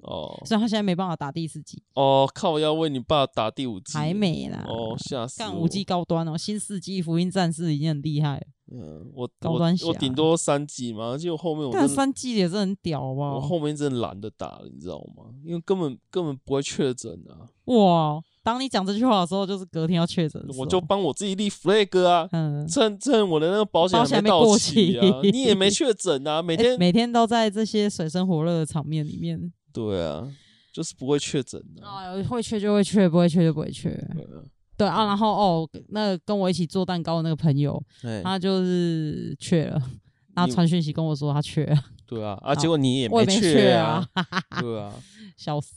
B: 哦
A: 所以他现在没办法打第四剂，
B: 哦，靠！我要为你爸打第五剂，
A: 还没啦。
B: 哦，吓死
A: 干
B: 我！
A: 五 G 高端哦，新世纪福音战士已经很厉害了，
B: 嗯，我
A: 高端
B: 我我
A: 侠
B: 顶多三剂嘛，而且我后面我
A: 干
B: 真的
A: 三剂也是很屌好不
B: 我
A: 好？
B: 后面真的懒得打了，你知道吗？因为根本根本不会确诊啊。
A: 哇，当你讲这句话的时候，就是隔天要确诊的时候，
B: 我就帮我自己立 flag 啊，
A: 嗯，
B: 趁趁我的那个保险
A: 保险
B: 没
A: 还没
B: 到
A: 过
B: 期啊，
A: 期
B: 你 也没确诊啊，每
A: 每
B: 天、
A: 哎每天都在这些水深火热的场面里面，
B: 对啊，就是不会确诊的、啊。
A: 啊、会缺就会缺，不会缺就不会缺。
B: 对啊
A: 对啊，然后哦，那个跟我一起做蛋糕的那个朋友，
B: 哎，
A: 他就是缺了，然后
B: 你
A: 传讯息跟我说他缺了，
B: 对啊，啊，
A: 啊
B: 结果你也
A: 我也没
B: 确
A: 缺
B: 啊
A: 啊，，
B: 对啊，
A: 笑死。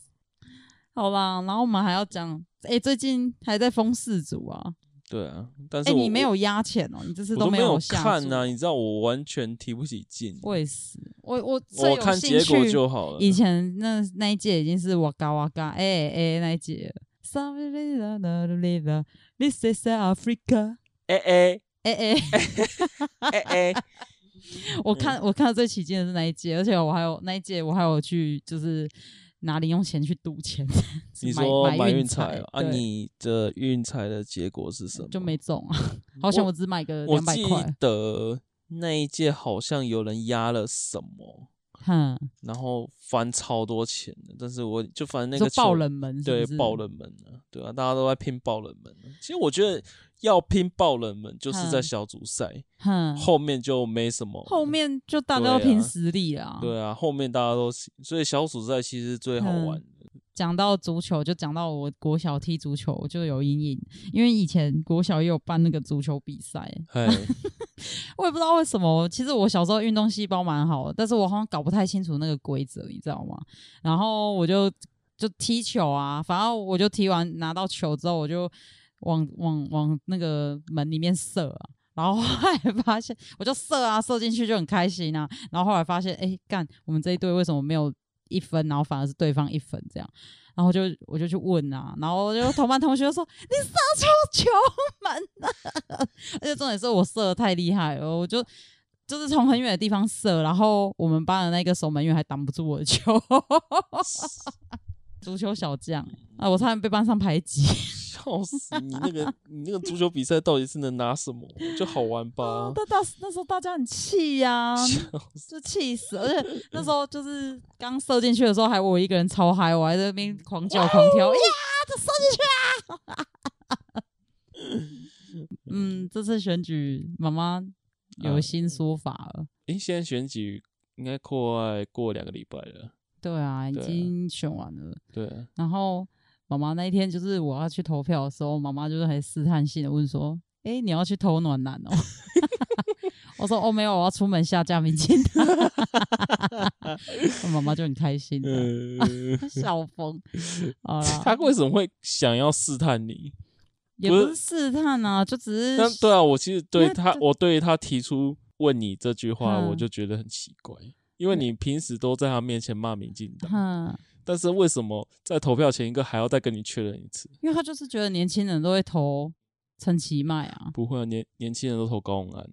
A: 好啦，然后我们还要讲，哎、最近还在封四组啊，
B: 对啊，但是
A: 哎、
B: 我
A: 你没有压钱哦、你这次
B: 我都
A: 没
B: 没有
A: 下
B: 看啊
A: 注
B: 呐、你知道我完全提不起劲，
A: 我也是，我我最有
B: 我看
A: 兴
B: 结果
A: 趣。
B: 就好了。
A: 以前那那一届已经是我嘎哇嘎，哎、哎、那一届了。Somebody da da da da da, This is Africa，
B: 哎哎
A: 哎、哎、
B: 哎哎，
A: 我
B: 嗯
A: 看我看到最起劲的是那一届，而且我还有那一届我还有去就是拿零用钱去赌钱，
B: 你
A: 买
B: 说
A: 买
B: 运
A: 彩
B: 彩啊？
A: 对
B: 你的运彩的结果是什么？
A: 就没中啊， 好险我只买个
B: 我
A: 两百
B: 记
A: 块，
B: 得那一届好像有人压了什么，
A: 哼，
B: 然后翻超多钱的，但是我就反正那
A: 就
B: 个
A: 爆
B: 球
A: 冷门是不
B: 对
A: 是
B: 爆，冷门啊，对啊，大家都在拼爆冷门、啊。其实我觉得要拼爆冷门，就是在
A: 嗯
B: 小组赛、
A: 哼，
B: 后面就没什么，
A: 后面就大家要
B: 对啊
A: 拼实力啦。
B: 对啊，后面大家都喜所以小组赛其实最好玩
A: 嗯
B: 的。
A: 讲到足球，就讲到我国小踢足球我就有阴影，因为以前国小也有办那个足球比赛，
B: 哎、
A: 我也不知道为什么。其实我小时候运动细胞蛮好的，但是我好像搞不太清楚那个规则，你知道吗？然后我就就踢球啊，反正我就踢完拿到球之后，我就往往往那个门里面射啊。然后后来发现，我就射啊，射进去就很开心啊。然后后来发现，哎，干，我们这一队为什么没有一分，然后反而是对方一分这样？然后就我就去问啊，然后就同班同学就说你杀错球门而且重点是我射的太厉害了，我就就是从很远的地方射，然后我们班的那个守门员还挡不住我的球， 足球小将啊，我差点被班上排挤。
B: 笑死你那个你那个足球比赛到底是能拿什么？就好玩吧。
A: 大大那时候大家很气呀、
B: 笑死
A: 就气死，而且那时候就是刚射进去的时候，还我一个人超嗨，我还在那边狂叫狂跳，呀，这射进去啊！嗯，这次选举妈妈有新说法了。
B: 诶，现在选举应该快过两个礼拜了。
A: 对啊，已
B: 对啊
A: 经选完了。
B: 对啊，
A: 然后妈妈那一天就是我要去投票的时候，妈妈就是还试探性的问说：“哎、你要去投暖男哦？” 我说：“哦，没有，我要出门下架民进党。” 妈妈就很开心的，
B: 呃，
A: 笑 疯。好啦，
B: 他为什么会想要试探你？
A: 也不是试探啊，就只
B: 但
A: 是
B: 对啊，我其实对
A: 那
B: 他
A: 这，
B: 我对他提出问你这句话，
A: 嗯
B: 我就觉得很奇怪，因为你平时都在他面前骂民进党，
A: 哼，
B: 但是为什么在投票前一个还要再跟你确认一次？
A: 因为他就是觉得年轻人都会投陈其迈啊，
B: 不会啊，年年轻人都投高永安、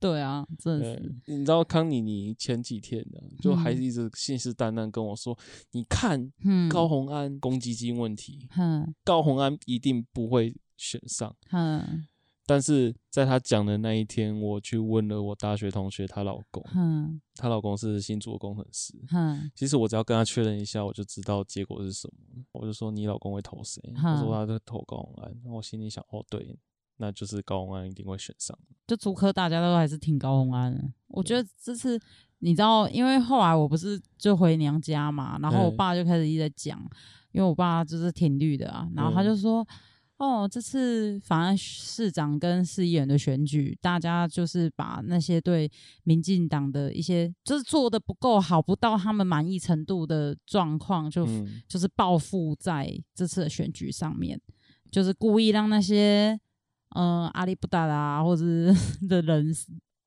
A: 对啊，真的
B: 对
A: 是，，
B: 哎你知道康妮妮前几天呢、就还
A: 嗯
B: 一直信誓旦旦跟我说，你看
A: 嗯，
B: 高红安公积金问题，
A: 哼
B: 高红安一定不会选上。
A: 哼
B: 但是在她讲的那一天，我去问了我大学同学她老公，
A: 哼
B: 她老公是新竹的工程师。
A: 哼，
B: 其实我只要跟她确认一下，我就知道结果是什么。我就说你老公会投谁？她说他会投高红安。然后我心里想，哦对，那就是高红安一定会选上。
A: 就足科大家都还是挺高红安的。我觉得这次你知道，因为后来我不是就回娘家嘛，然后我
B: 嗯
A: 爸就开始一直在讲，因为我爸就是挺绿的啊，然后他就说。哦，这次反而市长跟市议员的选举，大家就是把那些对民进党的一些，就是做的不够好，不到他们满意程度的状况，就
B: 嗯，
A: 就是报复在这次的选举上面，就是故意让那些嗯、呃阿里不达啦或者是 的人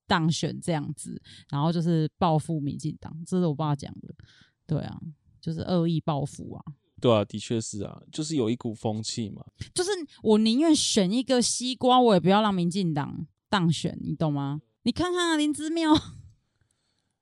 A: 当选这样子，然后就是报复民进党，这是我爸讲的，对啊，就是恶意报复啊，
B: 对啊，的确是啊，就是有一股风气嘛。
A: 就是我宁愿选一个西瓜，我也不要让民进党当选，你懂吗？你看看啊，林之妙。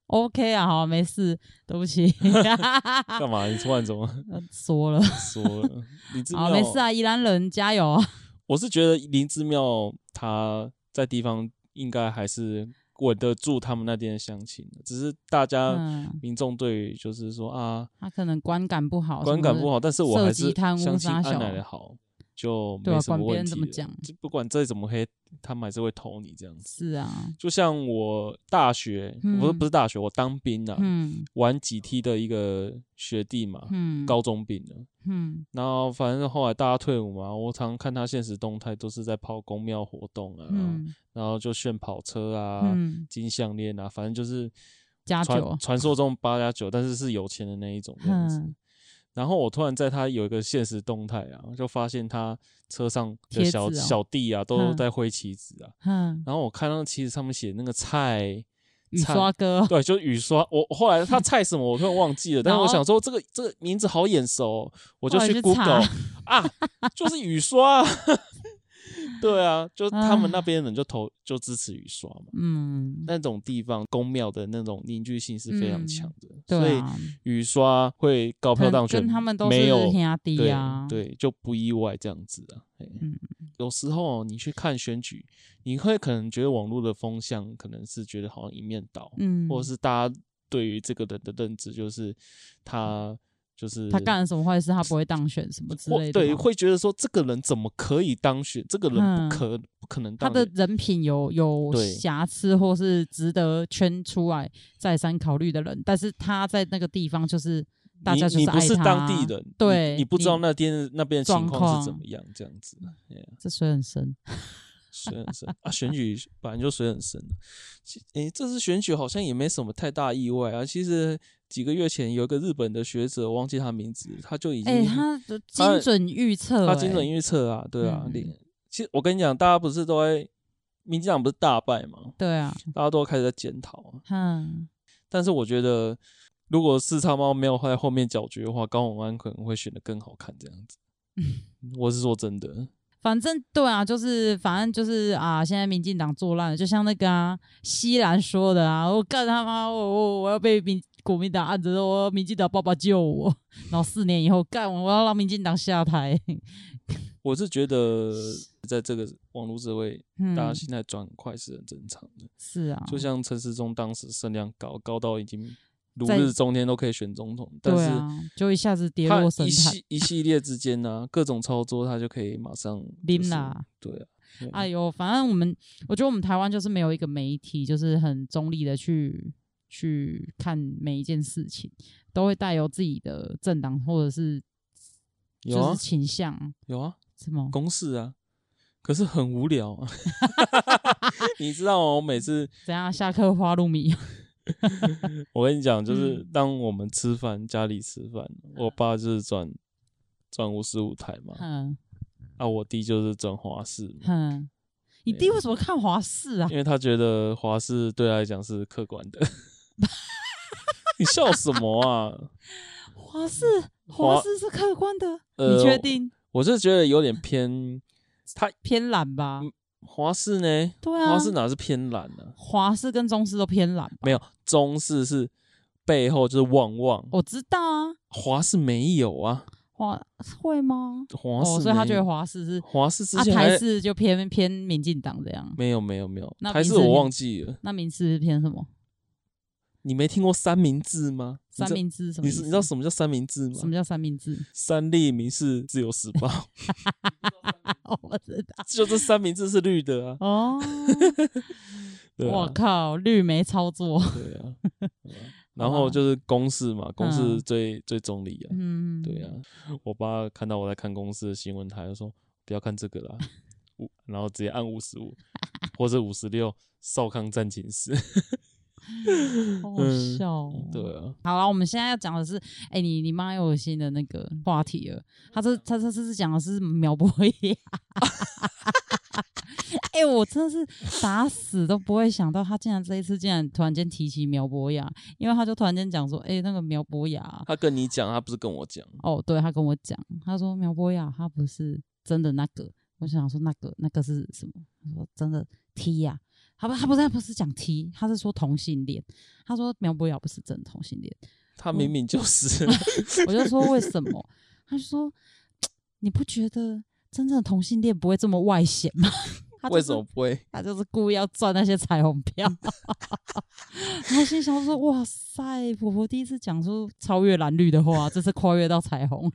A: OK 啊，好，没事，对不起， 啊
B: 干嘛？你突然怎么
A: 呃说了，
B: 说 了？林志
A: 好，
B: 妙，
A: 没事啊，宜兰人加油啊，
B: 我是觉得林志妙他在地方应该还是稳得住他们那边的乡亲的，只是大家
A: 嗯，
B: 民众对于就是说啊
A: 他可能观感不好，
B: 观感不
A: 好，
B: 好，但是我还
A: 哦涉
B: 是
A: 及贪污
B: 相信
A: 杀
B: 安
A: 小
B: 奶的好。就
A: 对
B: 没
A: 啊，
B: 什
A: 管
B: 么
A: 别
B: 问
A: 人
B: 题
A: 怎
B: 了。
A: 么讲，
B: 就不管再怎么黑，他们还是会投你这样子。
A: 是啊，
B: 就像我大学，
A: 嗯
B: 不是不是大学，我当兵啊，
A: 嗯
B: 玩几梯的一个学弟嘛，
A: 嗯，
B: 高中兵的。
A: 嗯
B: 然后反正后来大家退伍嘛，我常看他现实动态都是在跑公庙活动啊，
A: 嗯
B: 然后就炫跑车啊、
A: 嗯，
B: 金项链啊，反正就是
A: 加
B: 传
A: 酒，
B: 传说中八加九，但是是有钱的那一种这样子。
A: 嗯，
B: 然后我突然在他有一个现实动态啊，就发现他车上
A: 贴
B: 的
A: 纸
B: 小、
A: 哦
B: 小弟啊，都
A: 嗯
B: 在挥旗子啊。
A: 嗯，
B: 然后我看到旗子上面写那个菜，
A: 雨
B: 惨
A: 刷哥，
B: 对，就是雨刷。我我后来他菜什么我突然忘记了，但是我
A: 然后
B: 想说这个这个名字好眼熟哦，我就
A: 后来
B: 去
A: 去
B: Google 啊，就是雨刷啊。 对啊，就他们那边人就投就支持雨刷嘛。
A: 嗯，
B: 那种地方公庙的那种凝聚性是非常
A: 嗯
B: 强的，所
A: 对
B: 以
A: 啊，
B: 雨刷会高
A: 可
B: 票
A: 能
B: 当选，
A: 跟他们都
B: 没
A: 是
B: 有
A: 兄弟啊，
B: 对对，就不意外这样子啊。嘿
A: 嗯
B: 有时候你去看选举，你会可能觉得网络的风向可能是觉得好像一面倒，
A: 嗯，
B: 或者是大家对于这个人的认知就是他就是
A: 他干了什么坏事，他不会当选什么之
B: 或
A: 类的吧，
B: 对，会觉得说这个人怎么可以当选？这个人
A: 嗯
B: 不可、不可能
A: 他
B: 当
A: 的
B: 选。
A: 人品有有
B: 对
A: 瑕疵，或是值得圈出来再三考虑的人，但是他在那个地方就是大家就
B: 你你
A: 爱他，
B: 不是当地人，你
A: 对
B: 你不知道那边那边的情
A: 状
B: 况是怎
A: 况
B: 么样，这样子，哎呀
A: 这水很深，
B: 水很深啊，选举本来就水很深的。其诶、这次选举好像也没什么太大意外啊。其实几个月前有一个日本的学者，我忘记他名字，他就已经、
A: 哎、他的
B: 他
A: 精准预测、
B: 他
A: 哎
B: 精准预测啊，对啊。
A: 嗯
B: 你其实我跟你讲，大家不是都在民进党不是大败嘛，
A: 对啊，
B: 大家都开始在检讨啊。
A: 嗯，
B: 但是我觉得，如果四叉猫没有在后面搅局的话，高永安可能会选的更好看这样 子。我是说真的，
A: 反正对啊，就是反正就是啊，现在民进党做烂了，就像那个啊西兰说的啊，我干他妈，我我我要被民国民党按着，我要民进党爸爸救我， 然后四年以后干我，我要让民进党下台，
B: 我是觉得在这个网络社会，
A: 嗯，
B: 大家心态转很快是很正常的。
A: 是啊，
B: 就像陈时中当时声量高，高到已经如
A: 在
B: 日中天都可以选总统，但
A: 对
B: 是
A: 啊，就一下子跌
B: 他
A: 落神
B: 一
A: 坛。
B: 系一系列之间呢、各种操作他就可以马上
A: 拎
B: 啦、
A: 啦
B: 就是，对啊，对啊
A: 哎呦，反正我们，我觉得我们台湾就是没有一个媒体，就是很中立的去去看每一件事情，都会带有自己的政党或者是
B: 有啊
A: 就是倾向，
B: 有啊，
A: 什么？
B: 公式啊，可是很无 聊啊。你知道吗？我每次
A: 怎样？下课花露米？
B: 我跟你讲，就是
A: 嗯
B: 当我们吃饭，家里吃饭，我爸就是转转五十五台嘛，
A: 哼
B: 啊，我弟就是转华视嘛，
A: 哼，你弟为什么看华视啊？
B: 因为他觉得华视对他来讲是客观的。 你笑什么啊？
A: 华视，
B: 华
A: 华视是客观的，
B: 呃
A: 你确定？
B: 我是觉得有点偏，他
A: 偏蓝吧？
B: 华视呢？
A: 对啊
B: 嗯华，视哪是偏蓝呢、
A: 华视跟中视都偏蓝吧。
B: 没有，中视是背后就是旺旺，
A: 我知道啊，
B: 华视没有啊，
A: 华会吗？
B: 华视没有、
A: 哦，所以他觉得华视是
B: 华视之
A: 啊，
B: 前还、
A: 台视就偏偏民进党这样。
B: 没有没有没有，
A: 那
B: 台
A: 民
B: 视
A: 视
B: 我
A: 偏
B: 忘记了。
A: 那名次偏什么？
B: 你没听过三明治吗？你知
A: 三明治是什么
B: 你
A: 意
B: 是
A: 思？
B: 你知道什么叫三明治吗？
A: 什么叫三明治？
B: 三立民是自由时报，
A: 我知道。
B: 就这三明治是绿的啊，
A: 哦，
B: 对
A: 我
B: 啊，
A: 靠，绿媒操作。
B: 对啊。对啊然后就是公式嘛，公式最、最中立啊，
A: 嗯，
B: 对啊。我爸看到我在看公司的新闻台，就说不要看这个啦，五，然后直接按五十五或者五十六，少康战情室。
A: 好好笑哦。
B: 嗯对啊，
A: 好了，我们现在要讲的是，哎、你你妈又有新的那个话题了。她这她这这次讲的是苗博雅， 哎、我真的是打死都不会想到，她竟然这一次竟然突然间提起苗博雅，因为她就突然间讲说，哎、那个苗博雅啊，
B: 他跟你讲，他不是跟我讲。
A: 哦，对他跟我讲，他说苗博雅他不是真的那个，我想说那个那个是什么？他说真的 T 呀、他不他不是他不是讲 T，他是说同性恋。他说苗博雅不是真的同性恋，哦
B: 他明 明就是，
A: 我就说为什么？他就说你不觉得真正的同性恋不会这么外显吗？ 他就
B: 为
A: 是
B: 什么不会？
A: 他就是故意要赚那些彩虹票。然后心想说：“哇塞，婆婆第一次讲出超越蓝绿的话，这次跨越到彩虹。”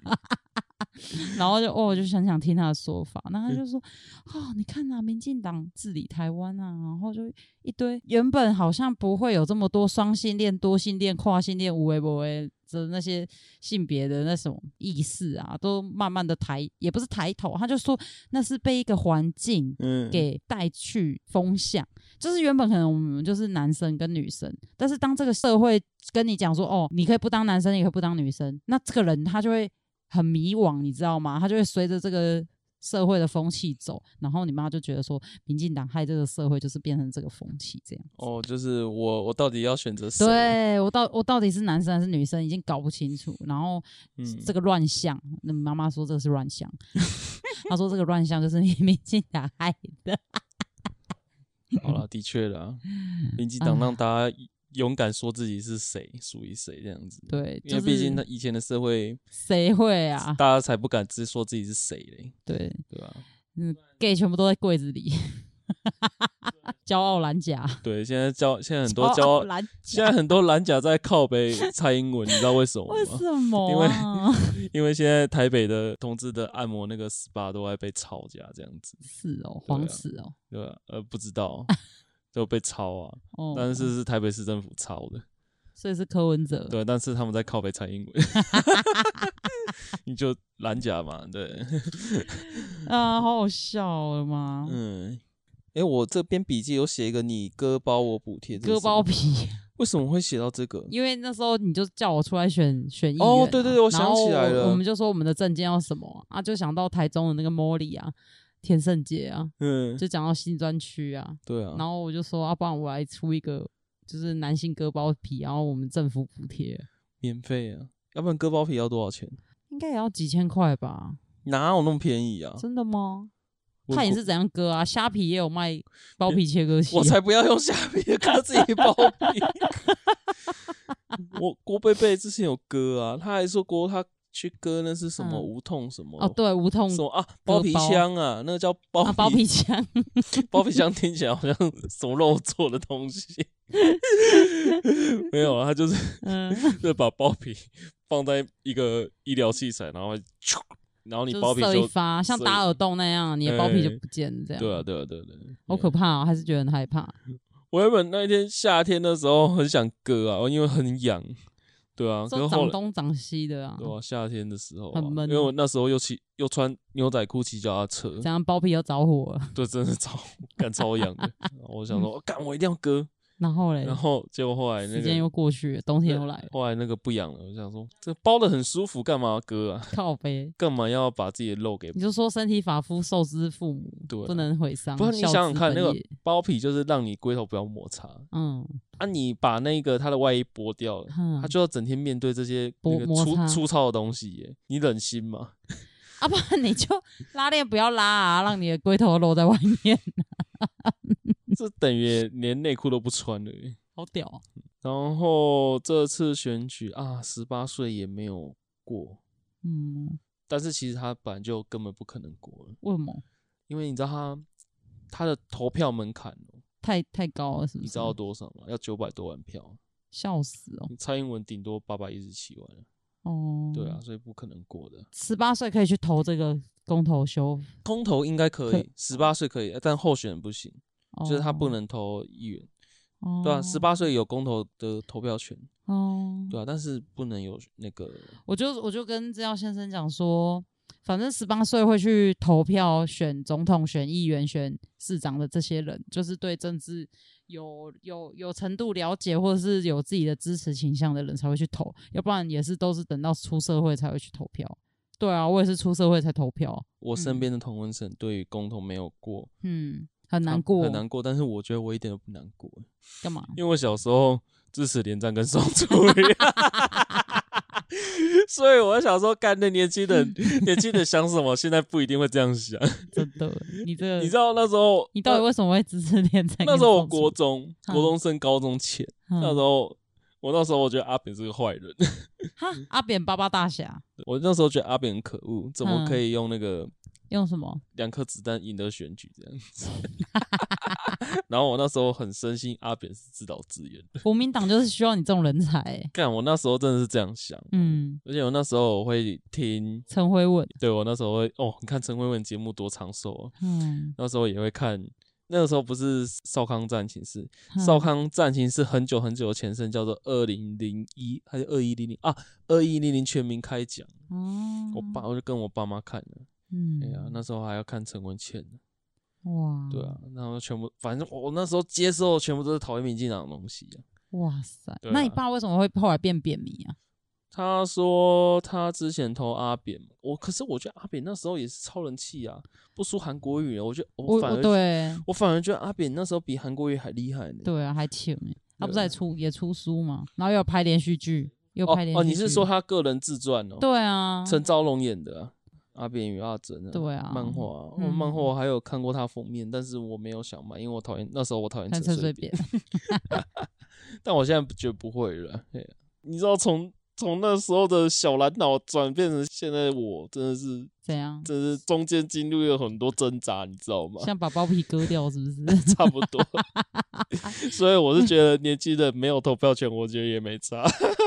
A: 然后就哦，我就很想听他的说法。那他就说，哦，你看啊，民进党治理台湾啊，然后就一堆原本好像不会有这么多双性恋、多性恋、跨性恋、无为不为的那些性别的那种意识啊，都慢慢的抬，也不是抬头，他就说那是被一个环境
B: 嗯，
A: 给带去风向，就是原本可能我们就是男生跟女生，但是当这个社会跟你讲说，哦，你可以不当男生，你也可以不当女生，那这个人他就会很迷惘，你知道吗？他就会随着这个社会的风气走，然后你妈就觉得说，民进党害这个社会就是变成这个风气这样。
B: 哦，就是我我到底要选择谁？，
A: 对我到我到底是男生还是女生已经搞不清楚，然后
B: 嗯，
A: 这个乱象，那妈妈说这个是乱象， 她说这个乱象就是民进党害的。
B: 好了，的确 啦，民进党让大家勇敢说自己是谁，属于谁这样子。，
A: 对，
B: 因为
A: 就
B: 毕竟
A: 是
B: 他以前的社会，
A: 谁会 啊？
B: 大家才不敢直说自己是谁嘞，
A: 对，
B: 对吧？
A: 嗯，gay 全部都在柜子里， 骄傲蓝甲，
B: 对，现在教现在很 多
A: 骄傲
B: 教，
A: 蓝
B: 现
A: 甲
B: 在，很多蓝甲在靠北蔡英文，你知道为什么
A: 为
B: 吗？
A: 什么、
B: 因为
A: 啊？
B: 因为现在台北的同志的按摩那个 SPA 都在被吵架这样子，
A: 是哦，黄齿哦，
B: 对啊吧？呃，不知 道都被抄啊，
A: 哦，
B: 但是是台北市政府抄的，
A: 所以是柯文哲，
B: 对，但是他们在靠北蔡 英文，你就蓝甲嘛，对，
A: 啊，好好笑了嘛，
B: 嗯，哎，我这边笔记有写一个你割包我补贴，这是
A: 割包
B: 什么
A: 皮，
B: 为什么会写到这个？
A: 因为那时候你就叫我出来选选议员、啊
B: 哦对对对我想
A: 然后
B: 起来了
A: 我们就说我们的证件要什么啊，就想到台中的那个茉莉啊。田圣杰啊，
B: 嗯，
A: 就讲到新专区啊，
B: 对啊，
A: 然后我就说，啊，不然我来出一个，就是男性割包皮，然后我们政府补贴，
B: 免费啊，要不然割包皮要多少钱？
A: 应该也要几千块吧？
B: 哪有那么便宜啊？
A: 真的吗？
B: 我
A: 看你
B: 我
A: 是怎样割啊，虾皮也有卖包皮切割器、啊
B: 我才不要用下面割自己包 皮。我郭贝贝之前有割啊，他还说过他去割那是什么
A: 嗯
B: 无痛什么
A: 哦，对，无痛
B: 什么啊包皮
A: 包
B: 枪啊，那个叫包皮、
A: 啊，包皮枪，
B: 包皮枪听起来好像什么肉做的东西，没有啊，他就是
A: 嗯，
B: 就是把包皮放在一个医疗器材，然后咻然后你
A: 就
B: 包皮
A: 射一
B: 就
A: 发，像
B: 射
A: 打耳洞那样，你的包皮就
B: 哎
A: 不见了，这样，
B: 对啊对啊对啊对啊，
A: 好可怕、啊，还是觉得很害怕。
B: 我原本那一天夏天的时候很想割啊，因为很痒，对啊，可是
A: 说
B: 后
A: 长
B: 来
A: 东长西的啊，
B: 对啊，夏天的时候、啊、
A: 很闷哦
B: 因为我那时候又骑又穿牛仔裤骑脚踏车
A: 这，样包皮要着火了，
B: 对，真的超 干超痒的。我想说，干我一定要割，
A: 然后嘞，
B: 然后结果后来那
A: 时间
B: 个
A: 又过去了，冬天又来了，
B: 后来那个不痒了，我想说这包的很舒服，干嘛要割啊？
A: 靠背。
B: 干嘛要把自己的肉给
A: 你就说身体发肤受之父母，
B: 对啊
A: 不能毁伤。
B: 不然你想想看，
A: 孝
B: 那
A: 子
B: 个
A: 本也
B: 包皮就是让你龟头不要摩擦
A: 嗯，
B: 啊，你把那个它的外衣剥掉了，
A: 嗯
B: 它就要整天面对这些那
A: 剥
B: 个
A: 摩
B: 粗
A: 擦
B: 粗糙的东西耶，你忍心吗？
A: 啊，不然你就拉链不要拉啊，让你的龟头露在外面，
B: 这等于连内裤都不穿了耶。
A: 好屌、啊！
B: 然后这次选举啊，十八岁也没有过，
A: 嗯，
B: 但是其实他本来就根本不可能过了，
A: 为什么？
B: 因为你知道他他的投票门槛哦，
A: 太太高了，是不
B: 你
A: 是？
B: 知道多少吗？要九百多万票，
A: 笑死哦！
B: 蔡英文顶多八百一十七万，
A: 哦，
B: 对啊，，所以不可能过的。
A: 十八岁可以去投这个公投修，
B: 公投应该可以，十八岁可以，但候选人不行，
A: 哦、
B: 就是他不，能投议员，
A: 哦、
B: 对啊，十八岁有公投的投票权，
A: 哦，
B: 对啊，但是不能有那个，
A: 我就我就跟资料先生讲说，反正十八岁会去投票选总统、选议员、选市长的这些人，就是对政治有有有程度了解，或者是有自己的支持倾向的人才会去投，要不然也是都是等到出社会才会去投票。对啊，我也是出社会才投票，
B: 我身
A: 嗯
B: 边的同温层对于公投没有过。
A: 嗯，很
B: 他
A: 难过，
B: 哦很难过。但是我觉得我一点都不难过，
A: 干嘛？
B: 因为我小时候支持连战跟宋楚 瑜， 所以我想说，干那年轻人，年轻人想什么，现在不一定会这样想。
A: 真的，你这个
B: 你知道那时候，
A: 你到底
B: 那
A: 为什么会支持连战跟宋楚瑜？
B: 那时候我国中，
A: 嗯
B: 国中升高中前，
A: 嗯
B: 那时候。我那时候我觉得阿扁是个坏人，
A: 哈阿扁巴巴大侠，嗯
B: 我那时候觉得阿扁很可恶，怎么可以用那个
A: 用什么？
B: 两颗子弹赢得选举这样子。 然后我那时候很深信阿扁是自导自演的，
A: 国民党就是需要你这种人才、欸。
B: 干我那时候真的是这样想，
A: 嗯，
B: 而且我那时候我会听，
A: 陈辉文，
B: 对我那时候会哦，你看陈慧文节目多长寿啊，
A: 嗯，
B: 那时候也会看。那个时候不是少康战情室，
A: 嗯
B: 少康战情室很久很久的前身叫做二零零一还是二一零零啊，二一零零全民开讲，
A: 哦，
B: 我爸我就跟我爸妈看的，
A: 嗯，嗯
B: 哎呀、那时候还要看陈文茜呢，
A: 哇，
B: 对啊，然后全部反正我那时候接受的全部都是讨厌民进党的东西啊。
A: 哇塞，
B: 对
A: 那你
B: 啊
A: 爸为什么会后来变扁迷啊？
B: 他说他之前投阿扁嘛，我可是我觉得阿扁那时候也是超人气啊，不输韩国瑜啊，我觉得
A: 我
B: 我反而
A: 我对
B: 我反而觉得阿扁那时候比韩国瑜还厉害呢。
A: 对啊，还请欸他不是
B: 对啊
A: 还出也出书嘛，然后又有拍连续剧，又
B: 哦
A: 拍连续剧。
B: 哦，你是说他个人自传哦？
A: 对啊，
B: 陈昭龙演的、啊《阿扁与阿珍》啊，
A: 对啊
B: 漫画、啊，我、
A: 嗯
B: 漫画还有看过他封面，但是我没有想买，因为我讨厌那时候我讨厌
A: 看
B: 陈
A: 陈
B: 水
A: 水
B: 扁，
A: 扁，
B: 但我现在觉得不会了。嘿你知道从从那时候的小蓝脑转变成现在，我真的是
A: 怎样？
B: 真的是中间经历了很多挣扎，你知道吗？
A: 像把包皮割掉是不是？
B: 差不多，所以我是觉得年轻人没有投票权，我觉得也没差，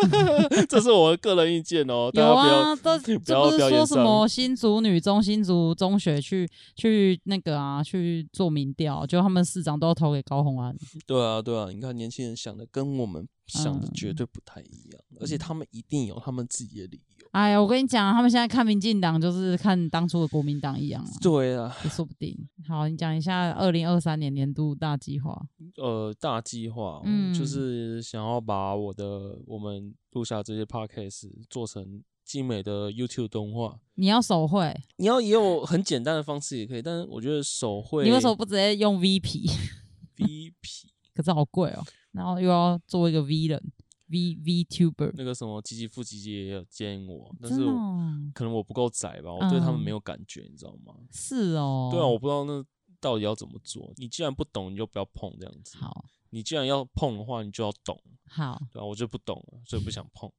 B: 这是我的个人意见哦。 大
A: 有
B: 家不要
A: 啊，都这
B: 不要
A: 不是
B: 表演
A: 说什么新竹女中、新竹中学去去那个啊去做民调，啊就他们市长都要投给高虹安。
B: 对啊，对啊，你看年轻人想的跟我们想的
A: 嗯
B: 绝对不太一样，而且他们一定有他们自己的理由。
A: 哎呀，我跟你讲啊，他们现在看民进党就是看当初的国民党一样啊，
B: 对啊，
A: 也说不定。好，你讲一下二零二三年年度大计划。
B: 呃，大计划、
A: 嗯
B: 就是想要把我的我们录下这些 podcast 做成精美的 YouTube 动画。
A: 你要手绘，
B: 你要也有很简单的方式也可以，但是我觉得手绘
A: 你为什么不直接用 V 皮？
B: V P
A: 可是好贵哦，然后又要做一个 V 人，V V Tuber，
B: 那个什么吉吉富吉吉也有建议我，但
A: 真
B: 是
A: 的
B: 我、
A: 哦
B: 可能我不够窄吧，我对他们
A: 嗯
B: 没有感觉，你知道吗？
A: 是哦，
B: 对啊，我不知道那到底要怎么做。你既然不懂，你就不要碰这样子。
A: 好
B: 你既然要碰的话，你就要懂，
A: 好
B: 对吧、啊我就不懂了，所以不想碰。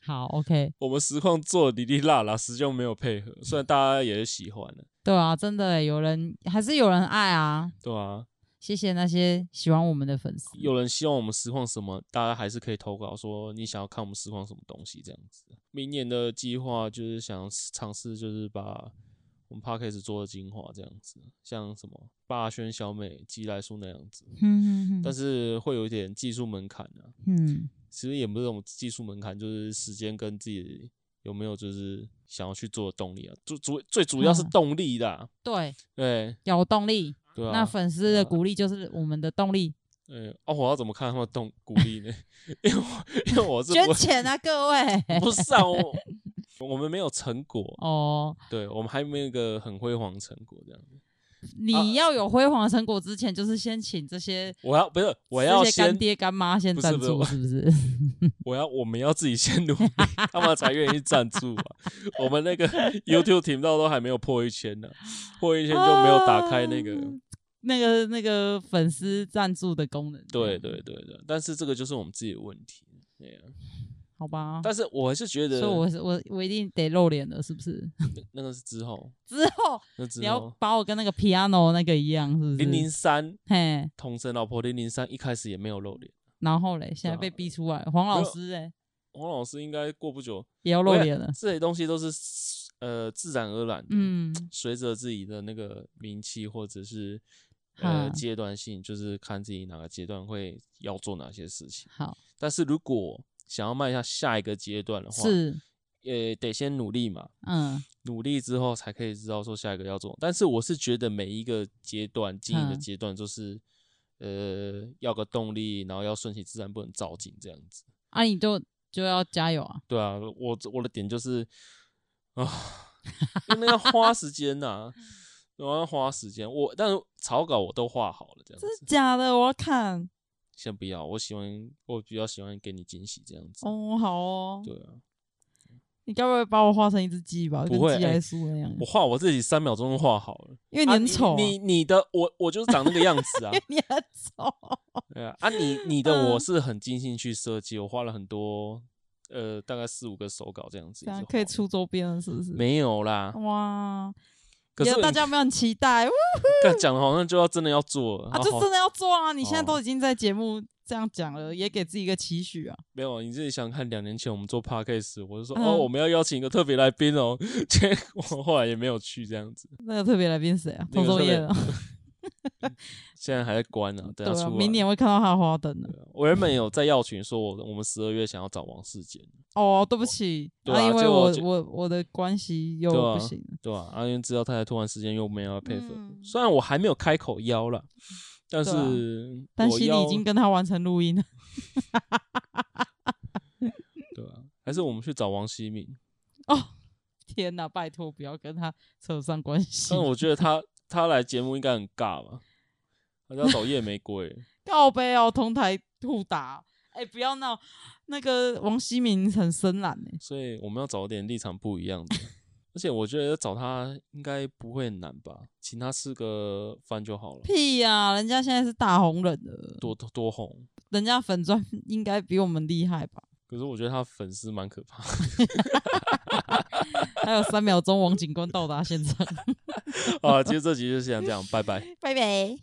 A: 好 OK，
B: 我们实况做的哩哩啦啦，实际上没有配合，虽然大家也喜欢了，
A: 对啊，真的耶有人还是有人爱啊，
B: 对啊？
A: 谢谢那些喜欢我们的粉丝，
B: 有人希望我们实况什么，大家还是可以投稿说你想要看我们实况什么东西这样子。明年的计划就是想尝试，就是把我们 p a c k a g e 做的精华这样子，像什么霸轩、小美、基来叔那样子，
A: 嗯
B: 但是会有一点技术门槛啊。
A: 嗯，
B: 其实也不是这种技术门槛，就是时间跟自己有没有就是想要去做的动力啊，主主最主要是
A: 嗯
B: 动力啦，
A: 对，
B: 对
A: 有动力，
B: 对
A: 那
B: 啊，
A: 粉丝的鼓励就是我们的动力，
B: 嗯、哦，我要怎么看他们动鼓励呢？ 因为我因为我 是
A: 捐
B: 不
A: 钱啊，各 位
B: 不是啊，我我们没有成果，
A: 哦，
B: 对我们还没有一个很辉煌的成果这样子。啊
A: 你要有辉煌的成果之前，就是先请这些。
B: 我要不是我
A: 这
B: 要
A: 些干
B: 先
A: 爹干妈先
B: 不是
A: 赞
B: 不是
A: 助，
B: 我
A: 是不 是？
B: 我要我们要自己先努力，他们才愿意赞助啊。我们 那个 YouTube 频道都还没有破一千呢、破一千就没有打开那个。
A: 啊 那个那个粉丝赞助的功能。
B: 对，对对对，但是这个就是我们自己的问题。对啊，
A: 好吧。
B: 但是我还是觉
A: 所
B: 得
A: 以我是我我一定得露脸了，是不是？
B: 那个是之后，
A: 之后
B: 那之
A: 你要嗯
B: 后
A: 把我跟那个 piano 那个一样，是不是？
B: 零零三
A: 嘿，
B: 同神老婆零零三一开始也没有露脸，
A: 然后嘞，
B: 啊
A: 现在被逼出来，黄老师哎、
B: 黄老师应该过不久
A: 也要露 脸了。
B: 这些东西都是呃自然而然的，
A: 嗯，
B: 随着自己的那个名气或者是呃
A: 哈
B: 阶段性，就是看自己哪个阶段会要做哪些事情。
A: 好，
B: 但是如果想要迈向下一个阶段的话，
A: 是，
B: 也得先努力嘛，
A: 嗯，
B: 努力之后才可以知道说下一个要做。但是我是觉得每一个阶段经营的
A: 嗯
B: 阶段，就是、呃要个动力，然后要顺其自然，不能照进这样子。
A: 啊，你就就要加油啊，
B: 对啊，我我的点就是啊，因为那要花时间 呐、我要花时间。我但是草稿我都画好了，这样子
A: 真的假的？我要看
B: 先不要。我喜欢，我比较喜欢给你惊喜这样子。
A: 哦，好哦，
B: 对啊，
A: 你该不会把我画成一只鸡吧？
B: 不会
A: 跟鸡
B: 哎
A: 来苏那样，
B: 我画我自己三秒钟就画好了。
A: 因为你
B: 啊
A: 很丑、啊
B: 你你的我我就是长那个样子啊。
A: 你很 丑，
B: 对啊，啊你你的
A: 嗯
B: 我是很精心去设计，我花了很多，呃，
A: 啊
B: 大概四五个手稿这样子。
A: 这样可以？出周边了，是不是？
B: 没有啦，
A: 哇，
B: 可是
A: 哦有大家有没有很期待？
B: 干讲的好像就要真的要做了
A: 啊，
B: 好
A: 就
B: 好
A: 真的要做啊！你现在
B: 哦
A: 都已经在节目这样讲了，也给自己一个期许啊。
B: 没有，你自己想看，两年前我们做 podcast，我就说、
A: 嗯
B: 哦，我们要邀请一个特别来宾哦，结果后来也没有去这样子，
A: 那个特别来宾谁啊？
B: 那
A: 童
B: 个特
A: 仲
B: 别
A: 彦啊，
B: 现在还在关呢、
A: 对
B: 等他
A: 啊，
B: 出来。啊
A: 明年会看到他的花灯的。
B: 我原本有在药群说我，我们十二月想要找王世杰，
A: 哦，对不起，
B: 对啊
A: 因为
B: 就
A: 我
B: 就
A: 我我的关系又
B: 对啊
A: 不行了。
B: 对吧、啊？因为知道太太突然之间又没有配合，
A: 嗯
B: 虽然我还没有开口邀了，但是
A: 对啊
B: 我
A: 但心里
B: 邀
A: 已经跟他完成录音了。
B: 对啊，还是我们去找王希敏，
A: 天哪，拜托不要跟他扯上关系
B: 但，我觉得他 他来节目应该很尬吧，他要找夜玫瑰，
A: 告杯哦，同台互打。哎、不要闹，那个王希明很深蓝哎、
B: 所以我们要找点立场不一样的。而且我觉得找他应该不会很难吧，请他吃个饭就好了，
A: 屁呀、人家现在是大红人了，
B: 多多多红。
A: 人家粉钻 应该比我们厉害吧？
B: 可是我觉得他粉丝蛮可怕的，
A: 还有三秒钟，王警官到达现场，
B: 啊，今天这集就先这样，拜拜。
A: 拜拜。